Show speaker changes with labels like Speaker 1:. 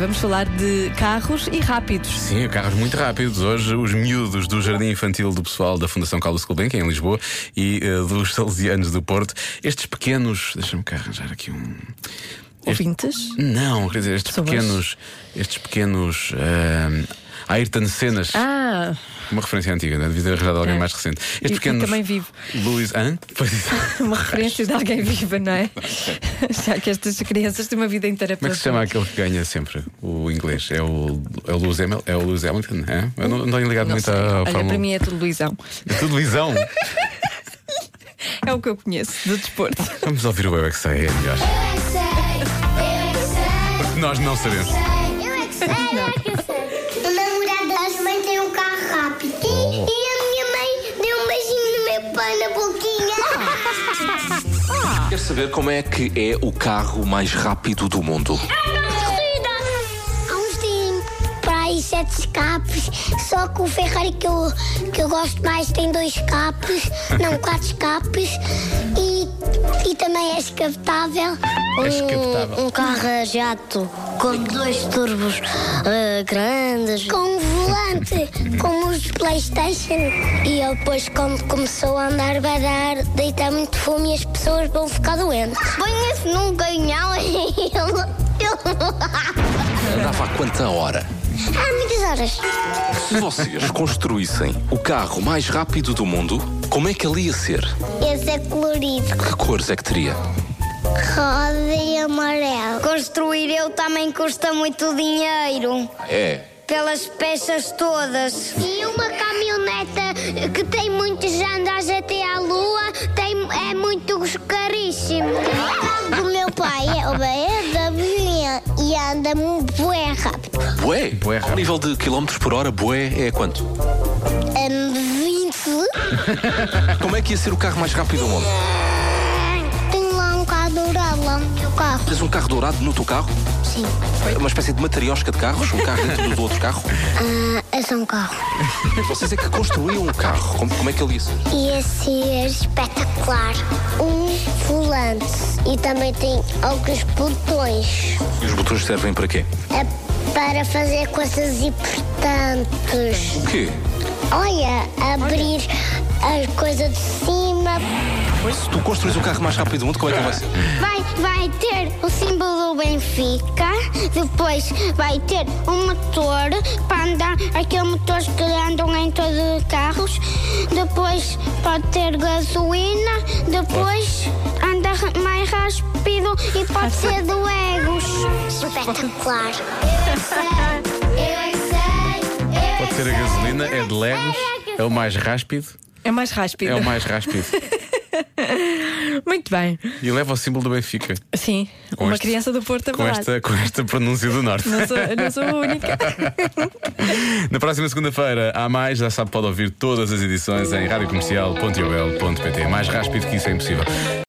Speaker 1: Vamos falar de carros e rápidos.
Speaker 2: Sim, carros muito rápidos. Hoje, os miúdos do Jardim Infantil do Pessoal da Fundação Carlos Gulbenkian, em Lisboa, e eh, dos Salesianos do Porto. Estes pequenos. Deixa-me cá arranjar aqui um. Este-
Speaker 1: Ouvintes?
Speaker 2: não, quer dizer, estes
Speaker 1: Pessoas.
Speaker 2: pequenos. Estes pequenos. Uh, Ayrton Cenas.
Speaker 1: Ah,
Speaker 2: Uma referência antiga, não é? devia ter arranjado alguém
Speaker 1: É.
Speaker 2: mais recente.
Speaker 1: E- e
Speaker 2: Estes pequenos.
Speaker 1: também vivo.
Speaker 2: Luís. Hã? Pois isso.
Speaker 1: uma referência de alguém viva, não é? Já que estas crianças têm uma vida inteira
Speaker 2: Como é
Speaker 1: para
Speaker 2: que se chama aquele que ganha sempre o inglês? É o, é o, Lewis, Hamil- é o Lewis Hamilton? É? Eu não, não tenho ligado
Speaker 1: Não
Speaker 2: muito
Speaker 1: sei.
Speaker 2: à
Speaker 1: Olha,
Speaker 2: Fórmula
Speaker 1: para
Speaker 2: 1.
Speaker 1: mim é tudo Luizão.
Speaker 2: É tudo visão.
Speaker 1: É o que eu conheço do desporto.
Speaker 2: Vamos ouvir o Eu é que sei, é melhor.
Speaker 3: Eu é que sei, eu é que sei,
Speaker 2: Nós não sabemos.
Speaker 3: eu é que sei, eu é que sei. O namorado das mães tem um carro rápido. E,
Speaker 2: Oh.
Speaker 3: e a minha mãe deu um beijinho no meu pai na boquinha.
Speaker 4: Quer saber como é que é o carro mais rápido do mundo?
Speaker 3: Há uns têm para aí sete escapes, só que o Ferrari que eu, que eu gosto mais tem dois escapes, não quatro escapes, e, e também é escapetável.
Speaker 2: É escapetável.
Speaker 3: Um carro a jato com dois turbos eh, grandes. Com um volante, como os Playstation. E ele depois, quando começou a andar badar, deitar muito fome e as pessoas vão ficar doentes. Põe-se num ganhão e ele...
Speaker 4: Andava a quanta hora?
Speaker 3: Há muitas horas.
Speaker 4: Se vocês construíssem o carro mais rápido do mundo, como é que ele ia ser?
Speaker 3: Esse é colorido.
Speaker 4: Que cores é que teria?
Speaker 3: Rosa e amarelo. Construir eu também custa muito dinheiro.
Speaker 4: É.
Speaker 3: Pelas peças todas. E uma caminhoneta que tem muitos andares até à lua tem, é muito caríssimo. O meu pai é o BMW e anda muito bué rápido.
Speaker 4: Bué?
Speaker 2: Bué rápido.
Speaker 4: Ao nível de quilómetros por hora, bué é quanto?
Speaker 3: Um, 20
Speaker 4: Como é que ia ser o carro mais rápido do mundo?
Speaker 3: Tenho lá um carro dourado lá no meu carro.
Speaker 4: Tens um carro dourado no teu carro? É
Speaker 3: Sim.
Speaker 4: Uma espécie de matriosca de carros? Um carro dentro do outro carro?
Speaker 3: é só um carro.
Speaker 4: Vocês é que construíam o carro. Como, como é que ele ia ser?
Speaker 3: Ia ser é espetacular. Um volante. E também tem alguns botões
Speaker 4: E os botões servem para quê?
Speaker 3: é para fazer coisas importantes.
Speaker 4: O quê?
Speaker 3: Olha, abrir as coisas de cima.
Speaker 4: Se tu construís o carro mais rápido do mundo, como é que ele vai ser?
Speaker 3: Vai, vai ter o símbolo do Benfica. Depois vai ter um motor para andar, aqueles motores que andam em todos os carros. Depois pode ter gasolina. Depois anda ra- mais rápido e pode ser do Egos. Espetacular. Eu é que sei, eu é que sei.
Speaker 2: Pode ser a gasolina, é de Legos, é o mais rápido,
Speaker 1: É mais rápido.
Speaker 2: é o mais rápido.
Speaker 1: Muito bem.
Speaker 2: E leva o símbolo do Benfica.
Speaker 1: Sim,
Speaker 2: Com
Speaker 1: uma
Speaker 2: este-
Speaker 1: criança do Porto a
Speaker 2: Com
Speaker 1: falar.
Speaker 2: esta, com esta pronúncia do norte.
Speaker 1: Não sou, não sou a única.
Speaker 2: Na próxima segunda-feira há mais, já sabe, pode ouvir todas as edições em radiocomercial.iobel.pt. Mais rápido que isso é impossível.